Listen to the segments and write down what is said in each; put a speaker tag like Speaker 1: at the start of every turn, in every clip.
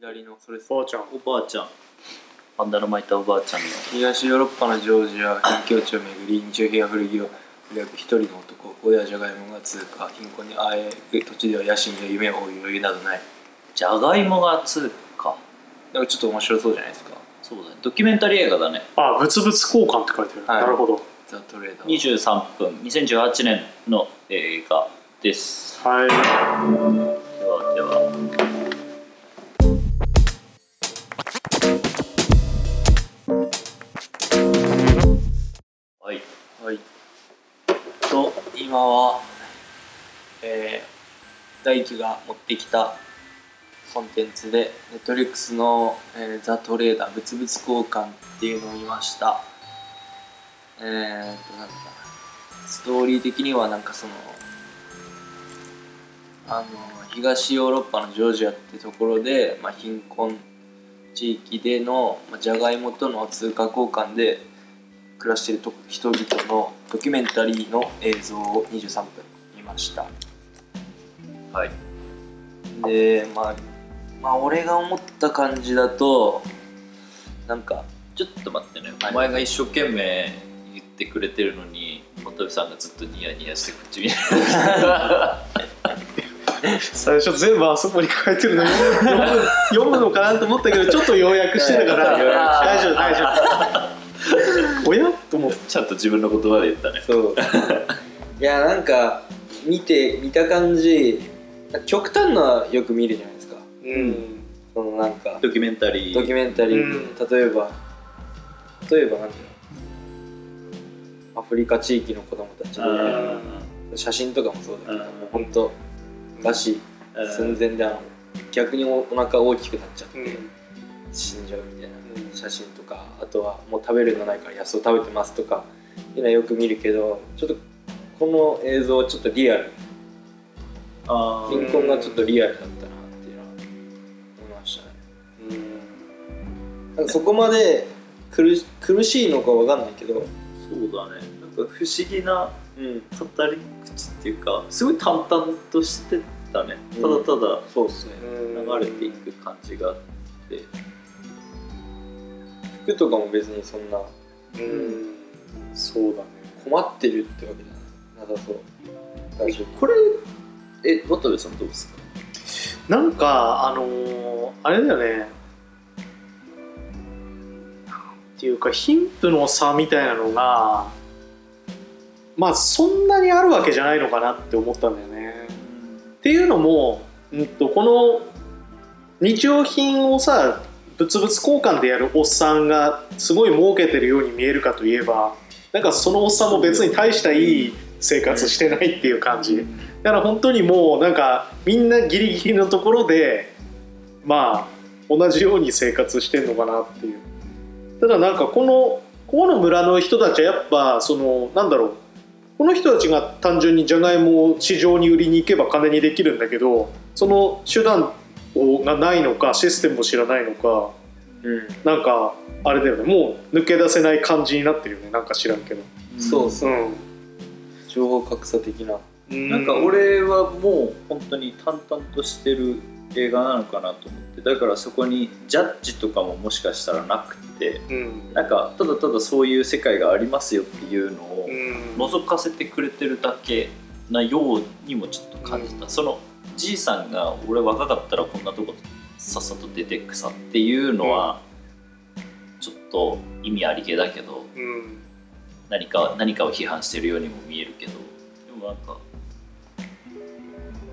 Speaker 1: 左のそれ
Speaker 2: ばあちゃん
Speaker 3: おばあちゃんパンダの巻いたおばあちゃんの
Speaker 1: 東ヨーロッパのジョージア近境地を巡り日用品や古着を売り歩く一人の男親じゃがいもが通過貧困にあえぐ土地では野心や夢を追う余裕などない
Speaker 3: じゃがいもが通貨
Speaker 1: なんかちょっと面白そうじゃないですか
Speaker 3: そうだねドキュメンタリー映画だね
Speaker 2: あ物々交換って書いてある、
Speaker 1: はい
Speaker 2: なるほど
Speaker 1: ザ・トレーダー
Speaker 3: 23分2018年の映画です
Speaker 2: はい
Speaker 3: ではでははい
Speaker 1: はいと今はえー大輝が持ってきたコンテンツで Netflix の、えーザ・トレーダー物々交換」っていうのを見ましたえーっとなんだストーリー的にはなんかそのあの東ヨーロッパのジョージアってところで、まあ、貧困地域でのまあじゃがいもとの通貨交換で暮らしていると人々のドキュメンタリーの映像を23分見ました
Speaker 3: はい
Speaker 1: で、まあ、まあ俺が思った感じだとなんか
Speaker 3: ちょっと待ってね、
Speaker 1: はい
Speaker 3: お前が一生懸命言ってくれてるのに本部さんがずっとニヤニヤしてこっち見て
Speaker 2: 最初全部あそこに書いてるの読む読むのかなと思ったけどちょっと要約してたから
Speaker 1: はい
Speaker 2: 大丈夫大丈夫おやと思って
Speaker 3: ちゃんと自分の言葉で言ったね
Speaker 1: そう いやなんか見て見た感じ極端なよく見るじゃないですか
Speaker 2: うん
Speaker 1: そのなんか
Speaker 3: ドキュメンタリー
Speaker 1: ドキュメンタリー、
Speaker 2: う
Speaker 1: 例えば例えばなんだろうアフリカ地域の子供たち
Speaker 3: うんうん
Speaker 1: で写真とかもそうだけど
Speaker 3: うん
Speaker 1: 本当餓死
Speaker 3: う
Speaker 1: 寸
Speaker 3: ん
Speaker 1: 前であの逆にお腹大きくなっちゃって
Speaker 2: うん
Speaker 1: 死んじゃうみたいな写真とかあとはもう食べるのないから野草食べてますとかっていうのはよく見るけどちょっとこの映像はちょっとリアル
Speaker 3: あー
Speaker 1: 貧困がちょっとリアルだったなっていうのは思いましたねなんかそこまで苦し苦しいのかわかんないけど、
Speaker 3: そうだねなんか不思議な
Speaker 1: うん、
Speaker 3: 語り口っていうかすごい淡々としてたねただただ
Speaker 1: そうですね
Speaker 3: 流れていく感じがあって
Speaker 1: 服とかも別にそんな
Speaker 2: うんそうだね
Speaker 1: 困ってるってわけじゃなさそう大丈
Speaker 3: これえ渡部さんどうですか
Speaker 2: なんかあのーあれだよねっていうか貧富の差みたいなのがまあそんなにあるわけじゃないのかなって思ったんだよねっていうのも、うん、とこの日用品をさ物々交換でやるおっさんがすごい儲けてるように見えるかといえばなんかそのおっさんも別に大したいい生活してないっていう感じだから本当にもうなんかみんなギリギリのところでまあ同じように生活してんのかなっていうただなんかこのここの村の人たちはやっぱそのなんだろうこの人たちが単純にじゃがいもを市場に売りに行けば金にできるんだけどその手段をがないのかシステムを知らないのか
Speaker 1: 夫、うん、
Speaker 2: なんかあれだよねもう抜け出せない感じになってるよねなんか知らんけど
Speaker 1: そう
Speaker 2: う
Speaker 1: そう情報格差的な、
Speaker 2: ん
Speaker 3: なんか俺はもう本当に淡々としてる映画なのかなと思ってだからそこにジャッジとかももしかしたらなくて
Speaker 2: うん
Speaker 3: なんかただただそういう世界がありますよっていうのを
Speaker 2: うん
Speaker 3: 覗かせてくれてるだけなようにもちょっと感じた、そのじいさんが俺若かったらこんなとこさっさと出てくさっていうのは、ちょっと意味ありげだけど
Speaker 2: うん
Speaker 3: 何か何かを批判してるようにも見えるけどでもなんか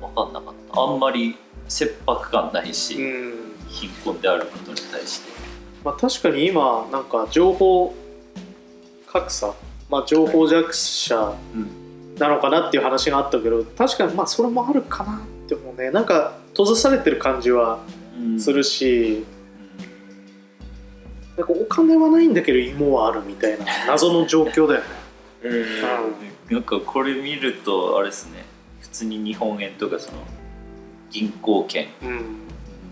Speaker 3: 分かんなかったあんまり切迫感ないし、
Speaker 2: うん
Speaker 3: 貧困であることに対して
Speaker 2: まあ、確かに今なんか情報格差、まあ、情報弱者なのかなっていう話があったけど確かにまあそれもあるかなって思うねなんか閉ざされてる感じはするし、なんかお金はないんだけど芋はあるみたいな謎の状況だよね、
Speaker 1: うん
Speaker 3: うんなんかこれ見るとあれですね普通に日本円とかその銀行券
Speaker 2: うんうん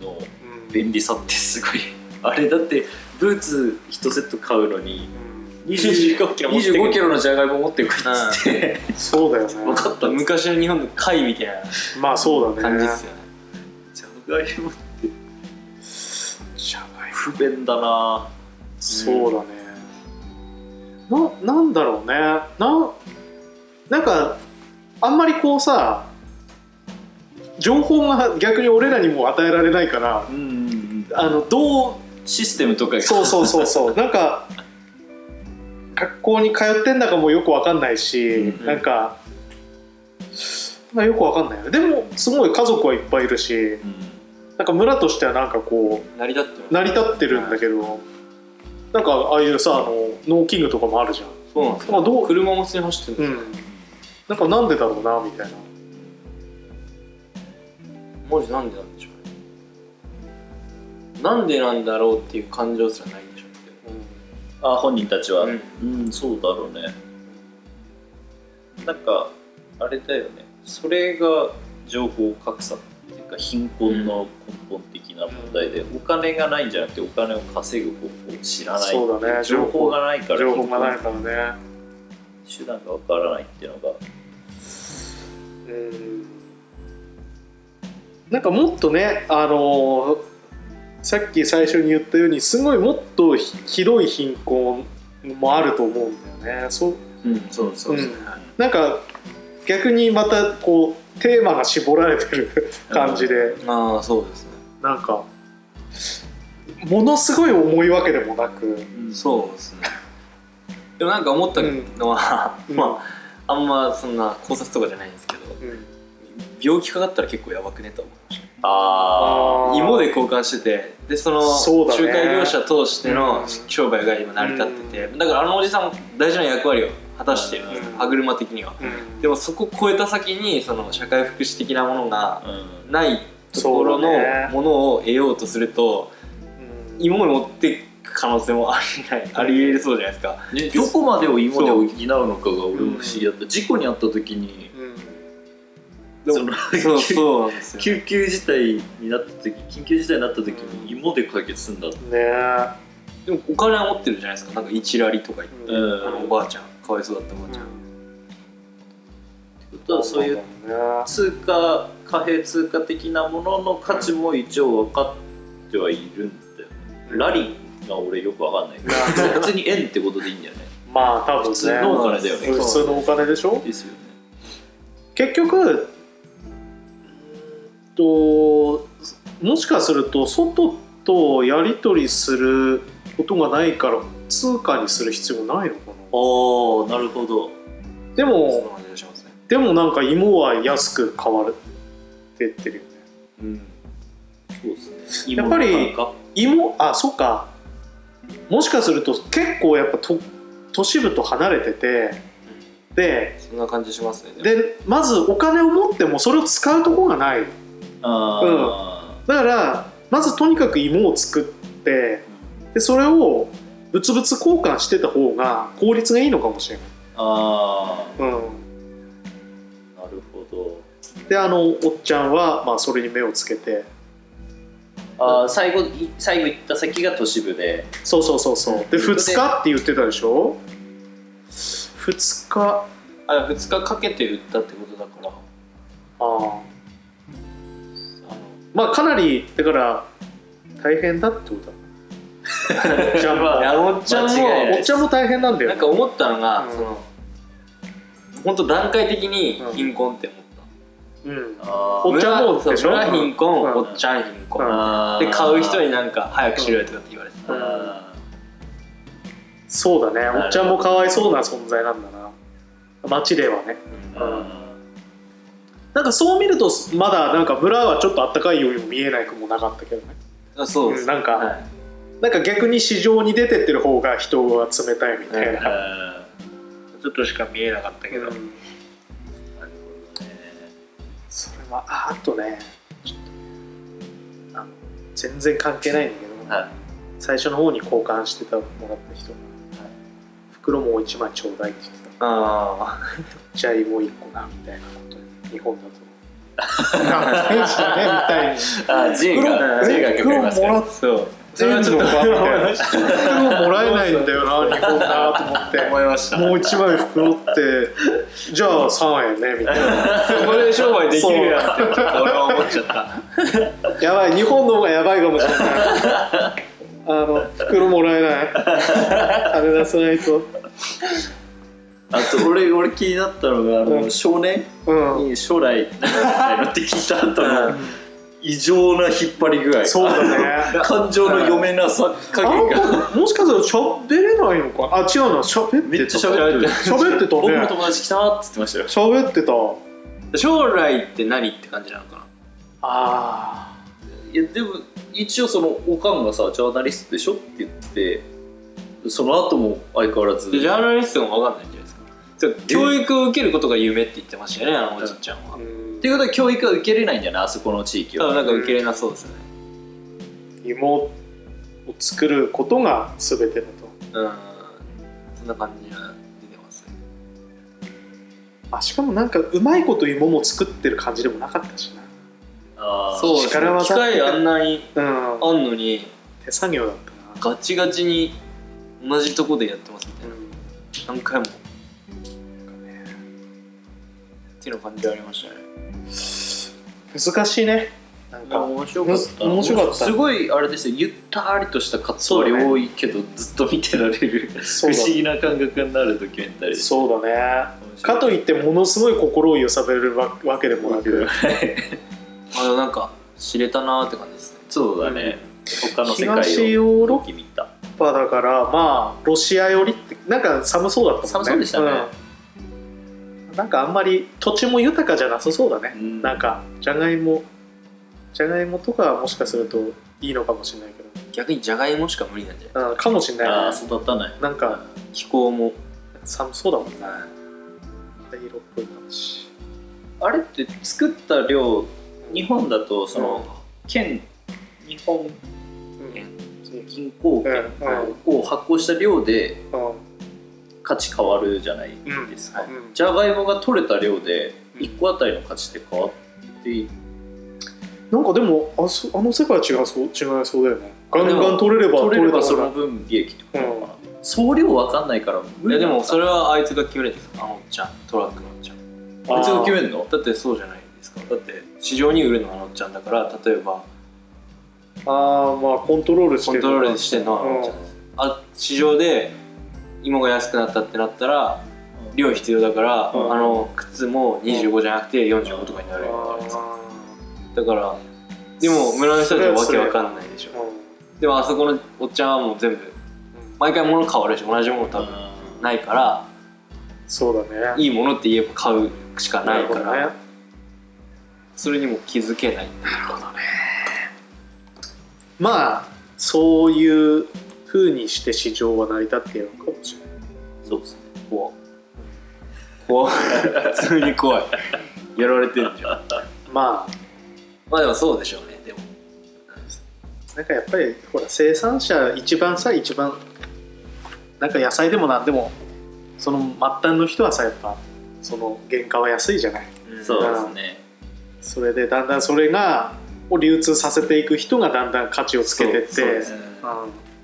Speaker 3: の
Speaker 2: うん
Speaker 3: 便利さってすごいあれだってブーツ1セット買うのに
Speaker 2: 25キロ持ってくる
Speaker 3: 25キロのじゃがいも持ってこいっつって
Speaker 2: そうだよね
Speaker 3: 分かったじ
Speaker 1: 昔の日本の貝みたいな
Speaker 2: まあそうだね
Speaker 1: 感じっすよね
Speaker 3: ゃがいもって不便だな
Speaker 2: そうだね、ななんだろうねななんかあんまりこうさ情報が逆に俺らにも与えられないから
Speaker 3: うんうんうん
Speaker 2: あのどう
Speaker 3: システムとかが
Speaker 2: そうそうそうそう なんか学校に通ってんだかもよくわかんないし、
Speaker 3: うん
Speaker 2: なんかまあよくわかんないよでもすごい家族はいっぱいいるし
Speaker 3: うん
Speaker 2: なんか村としてはなんかこう
Speaker 1: 成り立ってます
Speaker 2: 成り立ってるんだけど、なんかああいうさあの農機具とかもあるじゃん
Speaker 1: そうなんです
Speaker 2: まあ
Speaker 1: よ
Speaker 2: どう
Speaker 1: 車も普通に走ってるんで
Speaker 2: うんなんかなんでだろうなみたいな
Speaker 1: すマジなんでなんでしょうねなんでなんだろうっていう感情すらないんでしょうけ
Speaker 3: あ本人たちは
Speaker 1: うん
Speaker 3: うん、そうだろうねなんかあれだよねそれが情報格差っていうか貧困の根本的な問題で、お金がないんじゃなくてお金を稼ぐ方法を知らない
Speaker 2: そうだね
Speaker 3: 情報がないから
Speaker 2: 情報がないからね
Speaker 3: 手段がわからないっていうのが
Speaker 2: うんなんかもっとね、あのーさっき最初に言ったようにすごいもっとひひどい貧困もあると思うんだよねそう
Speaker 1: どうんそうそうう
Speaker 2: です
Speaker 1: そ
Speaker 2: ねなんか逆にまたこうテーマが絞られてる感じで、
Speaker 1: ああそうですね
Speaker 2: なんかものすごい重いわけでもなく、
Speaker 3: うん
Speaker 1: そうですねでもなんか思ったのは、
Speaker 2: うん
Speaker 1: まああんまそんな考察とかじゃないんですけど
Speaker 2: うん
Speaker 1: 病気かかったら結構やばくねと思いまし
Speaker 3: あ
Speaker 2: あ
Speaker 1: た
Speaker 2: ー
Speaker 1: 芋で交換しててでその
Speaker 2: そうだね
Speaker 1: 仲介業者通して
Speaker 2: う
Speaker 1: の
Speaker 2: ん
Speaker 1: 商売が今成り立ってて、だからあのおじさんも大事な役割を果たしているんですよ
Speaker 2: うん
Speaker 1: 歯車的には
Speaker 2: うん
Speaker 1: でもそこを超えた先にその社会福祉的なものが
Speaker 3: あ、うん、
Speaker 1: ないとこ
Speaker 2: そ
Speaker 1: ろ
Speaker 2: う
Speaker 1: の
Speaker 2: だね
Speaker 1: ものを得ようとすると、
Speaker 2: うん
Speaker 1: 芋を持っていく可能性もありないあり得そうじゃないですか
Speaker 3: ね、どこまでを芋で補うのかが俺も不思議だった、事故に遭った時に
Speaker 2: うん
Speaker 1: でも
Speaker 3: その
Speaker 1: そうそうなんですよ
Speaker 3: 救急事態になった時緊急事態になった時に芋で解決するんだって、
Speaker 2: ね
Speaker 1: でもお金は持ってるじゃないですかなんか一ラリとか言って、
Speaker 2: うん
Speaker 3: うん
Speaker 1: あのおばあちゃんかわいそうだったおばあちゃん、
Speaker 3: ことはそういう
Speaker 2: なんだろうね
Speaker 3: 通貨貨幣通貨的なものの価値も一応分かってはいるんだよね、ラリが俺よく分かんない けど普通に円ってことでいいんだよね
Speaker 2: まあ多分
Speaker 3: 普
Speaker 2: ね
Speaker 3: 通のお金だよね
Speaker 1: そう
Speaker 2: 普通のお金でしょ
Speaker 3: ですよね
Speaker 2: 結局うーんともしかすると外とやり取りすることがないから通貨にする必要ないのか
Speaker 3: おおなるほど
Speaker 2: なで
Speaker 1: そん
Speaker 2: も
Speaker 1: な感じがしますね
Speaker 2: でもなんか芋は安く買われてってるよね
Speaker 3: うんそうですね
Speaker 2: やっぱり
Speaker 3: 芋の感覚
Speaker 2: 芋あそっかもしかすると結構やっぱと都市部と離れててで
Speaker 1: そんな感じしますねでも
Speaker 2: でまずお金を持ってもそれを使うとこがない
Speaker 3: あ
Speaker 2: だからまずとにかく芋を作って
Speaker 3: ー、
Speaker 2: でそれを物々交換してた方が効率がいいのかもしれ
Speaker 3: あ
Speaker 2: ない、
Speaker 3: あなるほど
Speaker 2: うん、であのおっちゃんは、まあ、それに目をつけて
Speaker 3: あー最後い最後行った先が都市部で
Speaker 2: そうそうそうそうで
Speaker 3: うん
Speaker 2: 2日って言ってたでしょ2日あ
Speaker 1: あ2日かけて売ったってことだから
Speaker 2: あ
Speaker 1: あの
Speaker 2: まあかなりだから大変だって ことだおっちゃん
Speaker 1: い
Speaker 2: も
Speaker 1: やあのおっちゃんも
Speaker 3: 間違いない
Speaker 2: おっちゃんも大変なんだよ
Speaker 1: なんか思ったのが、
Speaker 2: うん
Speaker 1: その本当段階的に貧困って思った、
Speaker 2: うん
Speaker 3: あ
Speaker 2: おっちゃんも
Speaker 1: 村そう
Speaker 2: でしょ
Speaker 1: 村貧困、
Speaker 2: うん
Speaker 1: おっちゃん貧
Speaker 2: うん
Speaker 1: 困、
Speaker 3: あ
Speaker 1: で買う人に
Speaker 3: な
Speaker 1: なんか早くしろよとかって言われてた、
Speaker 3: あ
Speaker 2: そうだね
Speaker 3: ほど
Speaker 2: おっちゃんもかわいそうな存在なんだな街ではね
Speaker 3: ーあ
Speaker 2: なんかそう見るとまだなんか村はちょっとあったかいようにも見えなくもなかったけどね
Speaker 1: あそうです、
Speaker 2: うんなんか
Speaker 1: はい
Speaker 2: なんか逆に市場に出てってる方が人は冷たいみたい
Speaker 3: ー
Speaker 2: な、
Speaker 3: あ
Speaker 1: ちょっとしか見えなかったけど、
Speaker 2: うん
Speaker 3: ーなるほどね
Speaker 2: それはああとねちょっとあの全然関係ないんだけど、
Speaker 3: はい
Speaker 2: 最初の方に交換してたもらった人が、袋もう一枚ちょうだいって言って
Speaker 1: ああ
Speaker 2: たじゃあ芋一個なみたいなことに日本だとなんていうんですかねみたいに
Speaker 3: あ J が J が曲
Speaker 2: 袋
Speaker 3: り
Speaker 2: も
Speaker 3: ますからら
Speaker 2: っ
Speaker 1: そう
Speaker 2: てんのかみたい な袋もらえないんだよな日本なと思って
Speaker 1: 思いました
Speaker 2: もう一枚袋ってじゃあ3円ねみたいな
Speaker 1: そこで商売できるやんって俺は思っちゃった
Speaker 2: やばい日本の方がやばいかもしれないあの袋もらえない金出さないと
Speaker 3: あと俺俺気になったのがあの、
Speaker 2: うん
Speaker 3: 少年
Speaker 2: うん、
Speaker 3: に将来何になりたいのって聞いた後の、異常な引っ張り具合
Speaker 2: そうだね
Speaker 3: 感情の読めなさ
Speaker 2: あ
Speaker 3: 加
Speaker 2: の
Speaker 3: 減が
Speaker 2: 子もしかしたら喋れないのかあ違うな喋ってた
Speaker 3: めっちゃ喋ってる
Speaker 2: 喋ってた
Speaker 3: 僕の
Speaker 2: ね
Speaker 3: 友達来たっつってましたよ
Speaker 2: 喋ってた
Speaker 1: 将来って何って感じなのか
Speaker 2: あ
Speaker 3: いやでも一応そのおかんがさジャーナリストでしょって言ってその後も相変わらず
Speaker 1: なでジャーナリストも分かんないんじゃないですかそう教育を受けることが夢って言ってましたよねあのおじいちゃん
Speaker 2: あ
Speaker 1: は、
Speaker 3: っていうことは教育は受けれないんじゃないあそこの地域
Speaker 1: ただ
Speaker 3: は
Speaker 1: なんか受けれなそうですよね
Speaker 2: 芋を作ることが全てだと
Speaker 1: うんそんな感じが出てますね
Speaker 2: あしかもなんかうまいこと芋も作ってる感じでもなかったし
Speaker 3: あー
Speaker 1: そうですね
Speaker 2: 力技
Speaker 1: 機械あんなに
Speaker 2: なうん
Speaker 1: あんのに
Speaker 2: 手作業だったな
Speaker 1: ガチガチに同じとこでやってますみたいな何回もっていうの感じありました ね
Speaker 2: 難しいねなんか
Speaker 3: 面白
Speaker 2: かった面白かった
Speaker 3: すごいあれですねゆったりとしたカット割り多いけど、ずっと見てられる 不
Speaker 2: そう
Speaker 3: 思
Speaker 2: だ
Speaker 3: 議な感覚になるドキュメンタリーです
Speaker 2: そうだねかといってものすごい心を揺さぶれるわわけでもなく
Speaker 1: あでもなんか知れたなーって感じですね
Speaker 3: そうだね、他の世
Speaker 2: 東
Speaker 3: 界を
Speaker 2: ヨーロ
Speaker 3: 動き見た
Speaker 2: ッパだからまあロシア寄りってなんか寒そうだったもんね
Speaker 3: 寒そうでしたね
Speaker 2: うんなんかあんまり土地も豊かじゃなさそうだね
Speaker 3: うん
Speaker 2: なんかじゃがいもじゃがいもとかはもしかするといいのかもしれないけ
Speaker 1: 逆にじゃがいもしか無理なんじゃない
Speaker 2: ど、うん、かもしれ
Speaker 3: あ
Speaker 2: ないね
Speaker 3: ー育たない
Speaker 2: なんか
Speaker 1: 気候も
Speaker 2: 寒そうだもんね
Speaker 1: は
Speaker 2: 灰色っぽい感じ
Speaker 3: あれって作った量日本だとその、県日本
Speaker 2: うん
Speaker 1: い
Speaker 3: 銀行券を発行した量で価値変わるじゃないですか、
Speaker 2: うん
Speaker 3: じゃがいもが取れた量で
Speaker 2: うん
Speaker 3: 1個あたりの価値って変わってい
Speaker 2: なんかでもあそあの世界は違うそう違いそうだよねガンガン取れれば
Speaker 3: 取れれば
Speaker 2: た
Speaker 3: そ
Speaker 2: も
Speaker 3: の
Speaker 2: の
Speaker 3: 分利益ってことなのかな、総量わかんないから
Speaker 1: いやでもそれ
Speaker 3: は
Speaker 1: はあいつが決めるんですあのおっちゃんトラックのおっちゃん
Speaker 3: あいつが決めるの
Speaker 1: だってそうじゃないですかだって市場に売るのはあのおっちゃんだから例えば
Speaker 2: あーまあコントロールして
Speaker 1: コ
Speaker 2: る
Speaker 1: ントロールしてんのはあのおっちゃんです、あ市場で芋が安くなったってなったら量必要だから、
Speaker 2: うん
Speaker 1: あの靴も25じゃなくて45とかになるようになるんですよ
Speaker 2: あ
Speaker 1: だからでも村の人たちはわけわかんないでし
Speaker 2: ー
Speaker 1: ょ
Speaker 2: うん
Speaker 1: でもあそこのおっちゃんはもう全部毎回物変わるし同じもの多分
Speaker 3: う
Speaker 1: ないから
Speaker 2: そうだね
Speaker 1: いいものって言えば買うしかないか
Speaker 2: なる
Speaker 1: ら、
Speaker 2: ほどね
Speaker 1: それにも気づけない
Speaker 2: まあそういうふうにして市場は成り立っているのかもしれない
Speaker 3: んそうですね
Speaker 1: 怖っ怖っ普通に怖いやられてるじゃん
Speaker 2: まあ
Speaker 1: まあでもそうでしょうねでも
Speaker 2: なんかやっぱりほら生産者一番さ一番なんか野菜でもなんでもその末端の人はさやっぱその原価は安いじゃない
Speaker 3: そうですね
Speaker 2: それでだんだんそれがを流通させていく人がだんだん価値をつけてって
Speaker 1: そうそうです
Speaker 3: ね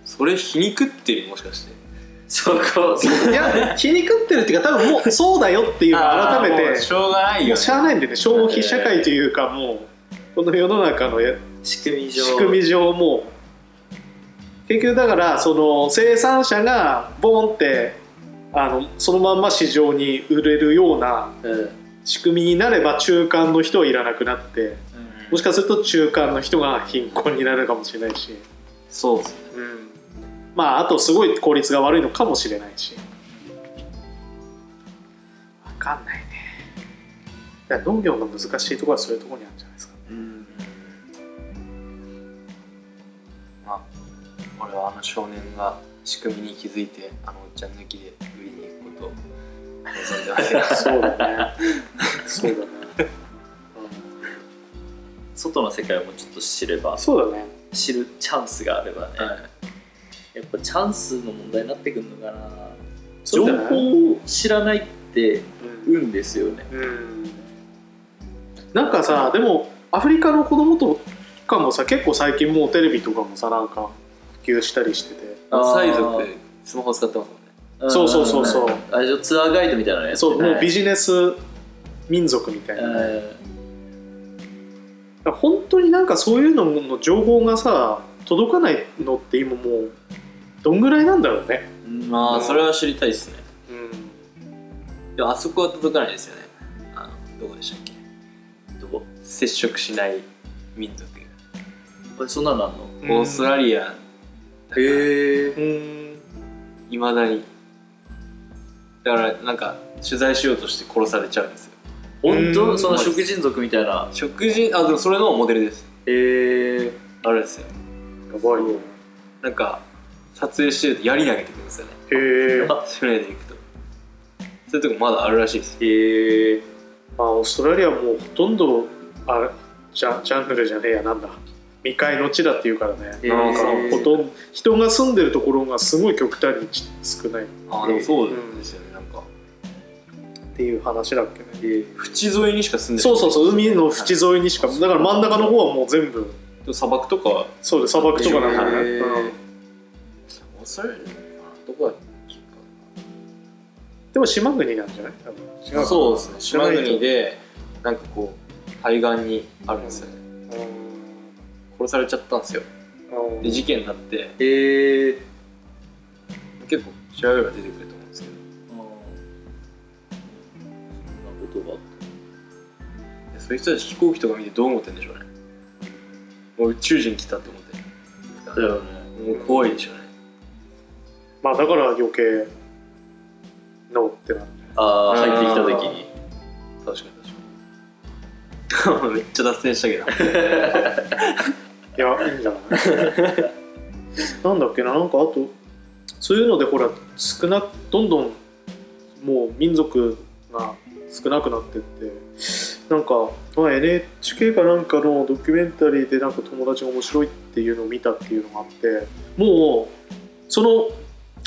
Speaker 1: それ皮肉ってるもしかして
Speaker 3: そこ
Speaker 2: うんいや皮肉ってるっていうか多分もうそうだよっていうのを改め
Speaker 1: あーも
Speaker 2: て
Speaker 1: うしょうがな
Speaker 2: も
Speaker 1: いよ
Speaker 2: う
Speaker 1: ね
Speaker 2: しゃあないんでね消費社会というかもうこの世の中のや
Speaker 3: 仕組み上
Speaker 2: 仕組み上もう結局だからその生産者がボンってあのそのまんま市場に売れるような
Speaker 3: うん
Speaker 2: 仕組みになれば中間の人はいらなくなって
Speaker 1: うん
Speaker 2: もしかすると中間の人が貧困になるかもしれないし、
Speaker 1: そうですね
Speaker 2: うん、まああとすごい効率が悪いのかもしれないし分かんないねだから農業の難しいところはそういうところにあるんじゃないですか
Speaker 1: うんまあ俺はあの少年が仕組みに気づいてあのおっちゃん抜きで売りに行くことを望んでますよ
Speaker 2: そうだねそうだね、
Speaker 3: 外の世界もちょっと知れば
Speaker 2: うん、そうだね
Speaker 3: 知るチャンスがあればね、
Speaker 1: は
Speaker 3: やっぱチャンスの問題になってくるのかな
Speaker 2: そう
Speaker 3: 情
Speaker 2: だね
Speaker 3: 報を知らないって
Speaker 2: うん、
Speaker 3: 運ですよね
Speaker 2: うん、なんかさでもアフリカの子供とかもさ結構最近もうテレビとかもさなんか普及したりしてて
Speaker 1: あの
Speaker 3: あー
Speaker 1: サイ族でスマホ使ってますもんね
Speaker 2: そうそうそうそうん
Speaker 3: んんあれじゃツアーガイドみたいなのやつ
Speaker 2: そう、もうビ
Speaker 3: ジ
Speaker 2: ジネス民族みたいな、だから本当になんかそういうのの情報がさ届かないのって今もうどんぐらいなんだろうね、
Speaker 1: まあそれは知りたいですね
Speaker 2: うん、
Speaker 1: でもあそこは届かないですよねあのどこでしたっけどこ接触しない民族
Speaker 3: ぱりそんなのあんの
Speaker 2: うん
Speaker 1: オーストラリア
Speaker 3: へえ
Speaker 2: うん
Speaker 1: いまだにだからなんか取材しようとして殺されちゃうんですよ
Speaker 3: 本
Speaker 2: うん
Speaker 3: 当その食人族みたいな
Speaker 1: 食事あでもそれのモデルです
Speaker 3: へえ
Speaker 1: あれですよ
Speaker 2: やばいよ
Speaker 1: なんか撮影してると槍投げてくるんですよね
Speaker 2: へえ
Speaker 1: 船で行くとそういうとこまだあるらしいです
Speaker 2: へえまあオーストラリアはもうほとんどあジャジャングルじゃねえやなんだ未開の地だっていうからね、
Speaker 3: へえ
Speaker 2: なんかほとんど人が住んでるところがすごい極端にち少ないっ
Speaker 1: あでもそうですよねなんか
Speaker 2: ていう話だっけね、
Speaker 1: 縁沿いにしか住んで
Speaker 2: そうそうそう海の縁沿いにしか
Speaker 1: はい
Speaker 2: だから真ん中の方はもう全部
Speaker 1: う砂漠とかオ
Speaker 2: そうで砂漠とかなんかね、
Speaker 1: へー
Speaker 2: うん
Speaker 1: ーストラリアかなどこだっ
Speaker 2: でも島国なんじゃない多分違うかな
Speaker 1: そうですね島国でなんかこう対岸にあるんですよね殺されちゃったんですよ
Speaker 2: うん
Speaker 1: で事件になって
Speaker 3: へえ
Speaker 1: 結構調べれば出てくると思うんですけど
Speaker 3: そんなことがあった
Speaker 1: でそういう人たち飛行機とか見てどう思ってんでしょうねもう宇宙人来たって思って
Speaker 3: だよね
Speaker 1: もう怖いでしょうね
Speaker 2: まあだから余計ノーってなる
Speaker 3: ああ
Speaker 1: あー
Speaker 3: 入ってきた時に
Speaker 1: 確かに確かに めっちゃ脱線したけど
Speaker 2: いやいいんじゃ ないなんだっけななんかあとそういうのでほら少などんどんもう民族が少なくなってってなんか、まあ、NHK かなんかのドキュメンタリーでなんか友達が面白いっていうのを見たっていうのがあってもうその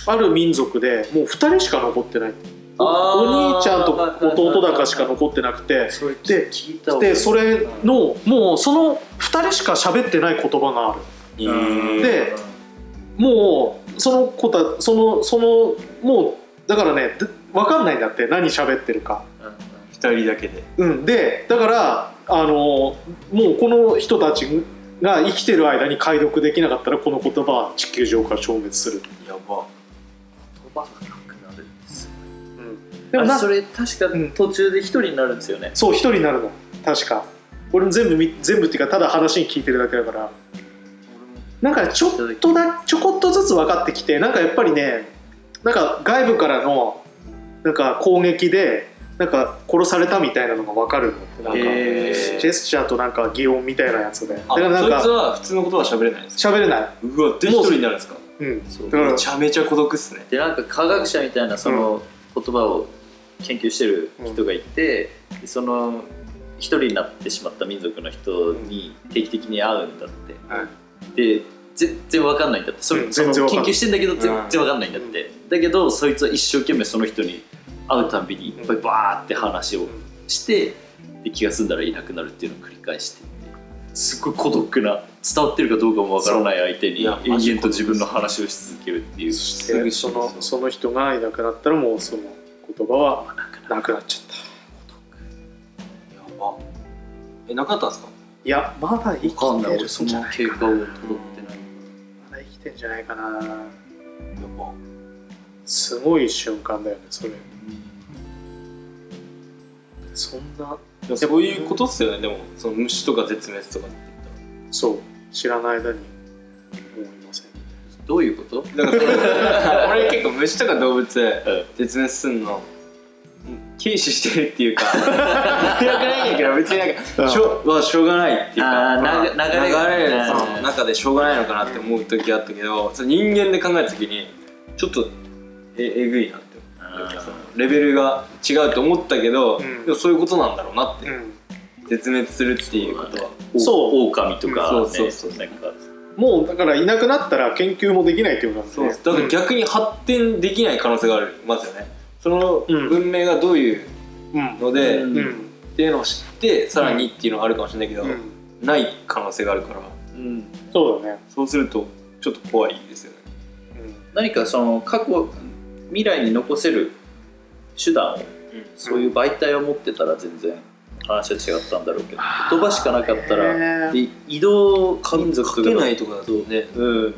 Speaker 2: ある民族でもう2人しか残ってないお
Speaker 3: あ
Speaker 2: お
Speaker 3: ー
Speaker 2: 兄ちゃんと弟だかしか残ってなくて
Speaker 3: それ聞いた
Speaker 2: でそれのもうその2人しか喋ってない言葉がある。
Speaker 1: うん
Speaker 2: でもうその子たそのそのもうだからね分かんないんだって何喋ってるか
Speaker 1: 二人だけで
Speaker 2: うんでだからあのもうこの人たちが生きてる間に解読できなかったらこの言葉は地球上から消滅する、
Speaker 1: やば
Speaker 3: 言葉がなくなるんですよ
Speaker 2: うん、でも
Speaker 3: あ
Speaker 2: な
Speaker 3: それ確か
Speaker 2: うん
Speaker 3: 途中で一人になるんですよね
Speaker 2: そう一人になるの確か俺も全部み全部っていうかただ話に聞いてるだけだからなんかちょっとだちょこっとずつ分かってきてなんかやっぱりねなんか外部からのなんか攻撃でなんか殺されたみたいなのが分かるのってなんか、
Speaker 1: へー
Speaker 2: ジェスチャーとなんか擬音みたいなやつでだ
Speaker 1: あ
Speaker 2: からなん
Speaker 1: そいつ
Speaker 2: か
Speaker 1: は普通の言葉喋れないんですか
Speaker 2: 喋れな
Speaker 1: うわで一人になるんですか
Speaker 2: い、うん、
Speaker 3: そう
Speaker 2: だから
Speaker 1: めちゃめちゃ孤独っすね
Speaker 3: でなんか科学者みたいなその言葉を研究してる人がいて、でその一人になってしまった民族の人に定期的に会うんだって、
Speaker 2: は
Speaker 3: で全然わかんないんだってそれ、
Speaker 2: うん
Speaker 3: その
Speaker 2: 全然わかん
Speaker 3: 研
Speaker 2: ない
Speaker 3: 究してんだけど全
Speaker 1: うん
Speaker 3: 然わかんないんだって、だけどそいつは一生懸命その人に会うたんびにいっぱいバーって話をしてで気が済んだらいなくなるっていうのを繰り返してってすっごい孤独な伝わってるかどうかもわからない相手に
Speaker 1: いやマジ
Speaker 3: 延々と自分の話をし続けるっていう。
Speaker 1: すぐ
Speaker 2: でそのその人がいなくなったらもうその言葉はなくなっちゃった
Speaker 1: やばえなかったんですか
Speaker 2: いやまだ生
Speaker 3: わかん
Speaker 2: き
Speaker 3: ない
Speaker 2: て
Speaker 3: 俺
Speaker 2: る
Speaker 3: そ
Speaker 2: ん
Speaker 3: の
Speaker 2: じゃない
Speaker 3: 経過を辿ってない
Speaker 2: まだ生きてんじゃないかな
Speaker 1: やば
Speaker 2: すごい瞬間だよねそれそんな
Speaker 1: でもそういうことっすよねでもその虫とか絶滅とかって言
Speaker 2: そう知らない間に思いません
Speaker 3: どういうこと
Speaker 1: ったらだからその俺結構虫とか動物
Speaker 3: うん
Speaker 1: 絶滅すんの軽視してるっていうか良くないんだけど別になんかしょ,、まあ、しょうがないっていうか
Speaker 3: あーな
Speaker 1: まあ
Speaker 3: 流れが
Speaker 1: 流れのその中でしょうがないのかなって思う時あったけど、その人間で考えた時にちょっとええぐいなって思ったそのレベルが違うと思ったけど、
Speaker 2: うん
Speaker 1: でもそういうことなんだろうなって、
Speaker 2: うん
Speaker 1: 絶滅するっていうことは
Speaker 2: そう
Speaker 3: オオカミとか、ね
Speaker 1: うんそうそうそう
Speaker 3: なんか
Speaker 2: もうだからいなくなったら研究もできないっていうこと
Speaker 1: そう
Speaker 2: なん
Speaker 1: で
Speaker 2: です
Speaker 1: だから
Speaker 2: ね
Speaker 1: 逆に発展できない可能性がありますよねその
Speaker 2: うん
Speaker 1: 文明がどういう
Speaker 2: うん
Speaker 1: ので、
Speaker 3: う
Speaker 2: うん
Speaker 1: っ
Speaker 3: ん
Speaker 2: うん
Speaker 1: ていうのを知ってさらにっていうのがあるかもしれないけど、
Speaker 2: うん
Speaker 1: ない可能性があるから
Speaker 2: そうだね
Speaker 1: そうするとちょっと怖いですよね
Speaker 2: うん
Speaker 3: 何かその過去未来に残せる手段をそういう媒体を持ってたら全然話は違ったんだろうけど言葉しかなかったら
Speaker 2: ら
Speaker 3: で移動
Speaker 1: 人
Speaker 3: 民
Speaker 1: 数
Speaker 3: 族
Speaker 1: か
Speaker 3: とか
Speaker 1: け
Speaker 3: だ
Speaker 1: ないとかだとね
Speaker 3: うん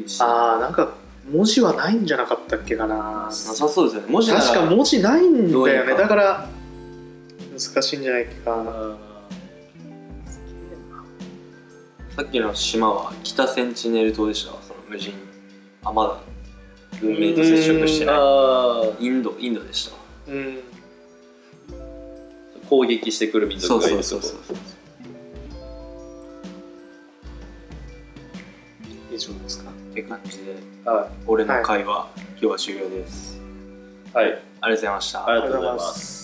Speaker 1: 厳しいな
Speaker 2: ああなんか文字はないんじゃなかったっけかな
Speaker 1: さそうですよね文字なら
Speaker 2: 確か文字ないん
Speaker 1: どう
Speaker 2: だ
Speaker 1: い
Speaker 2: よ
Speaker 1: うか
Speaker 2: ねだから難しいんじゃないかな
Speaker 1: さっきの島は北センチネル島でしたその無人あまだ文明と接触してな
Speaker 3: あー
Speaker 1: いインドインドでした
Speaker 2: うん
Speaker 3: 攻撃してくる民
Speaker 1: そ
Speaker 3: 族
Speaker 1: う
Speaker 3: がい
Speaker 1: そ
Speaker 3: る
Speaker 1: う
Speaker 3: って
Speaker 1: そ
Speaker 3: こ
Speaker 1: う
Speaker 3: と
Speaker 1: そう
Speaker 2: 以上ですか
Speaker 1: って感じで
Speaker 3: は
Speaker 1: 俺の会話、今日は終了です
Speaker 3: い、はい、
Speaker 1: ありがとうございました
Speaker 3: ありがとうございます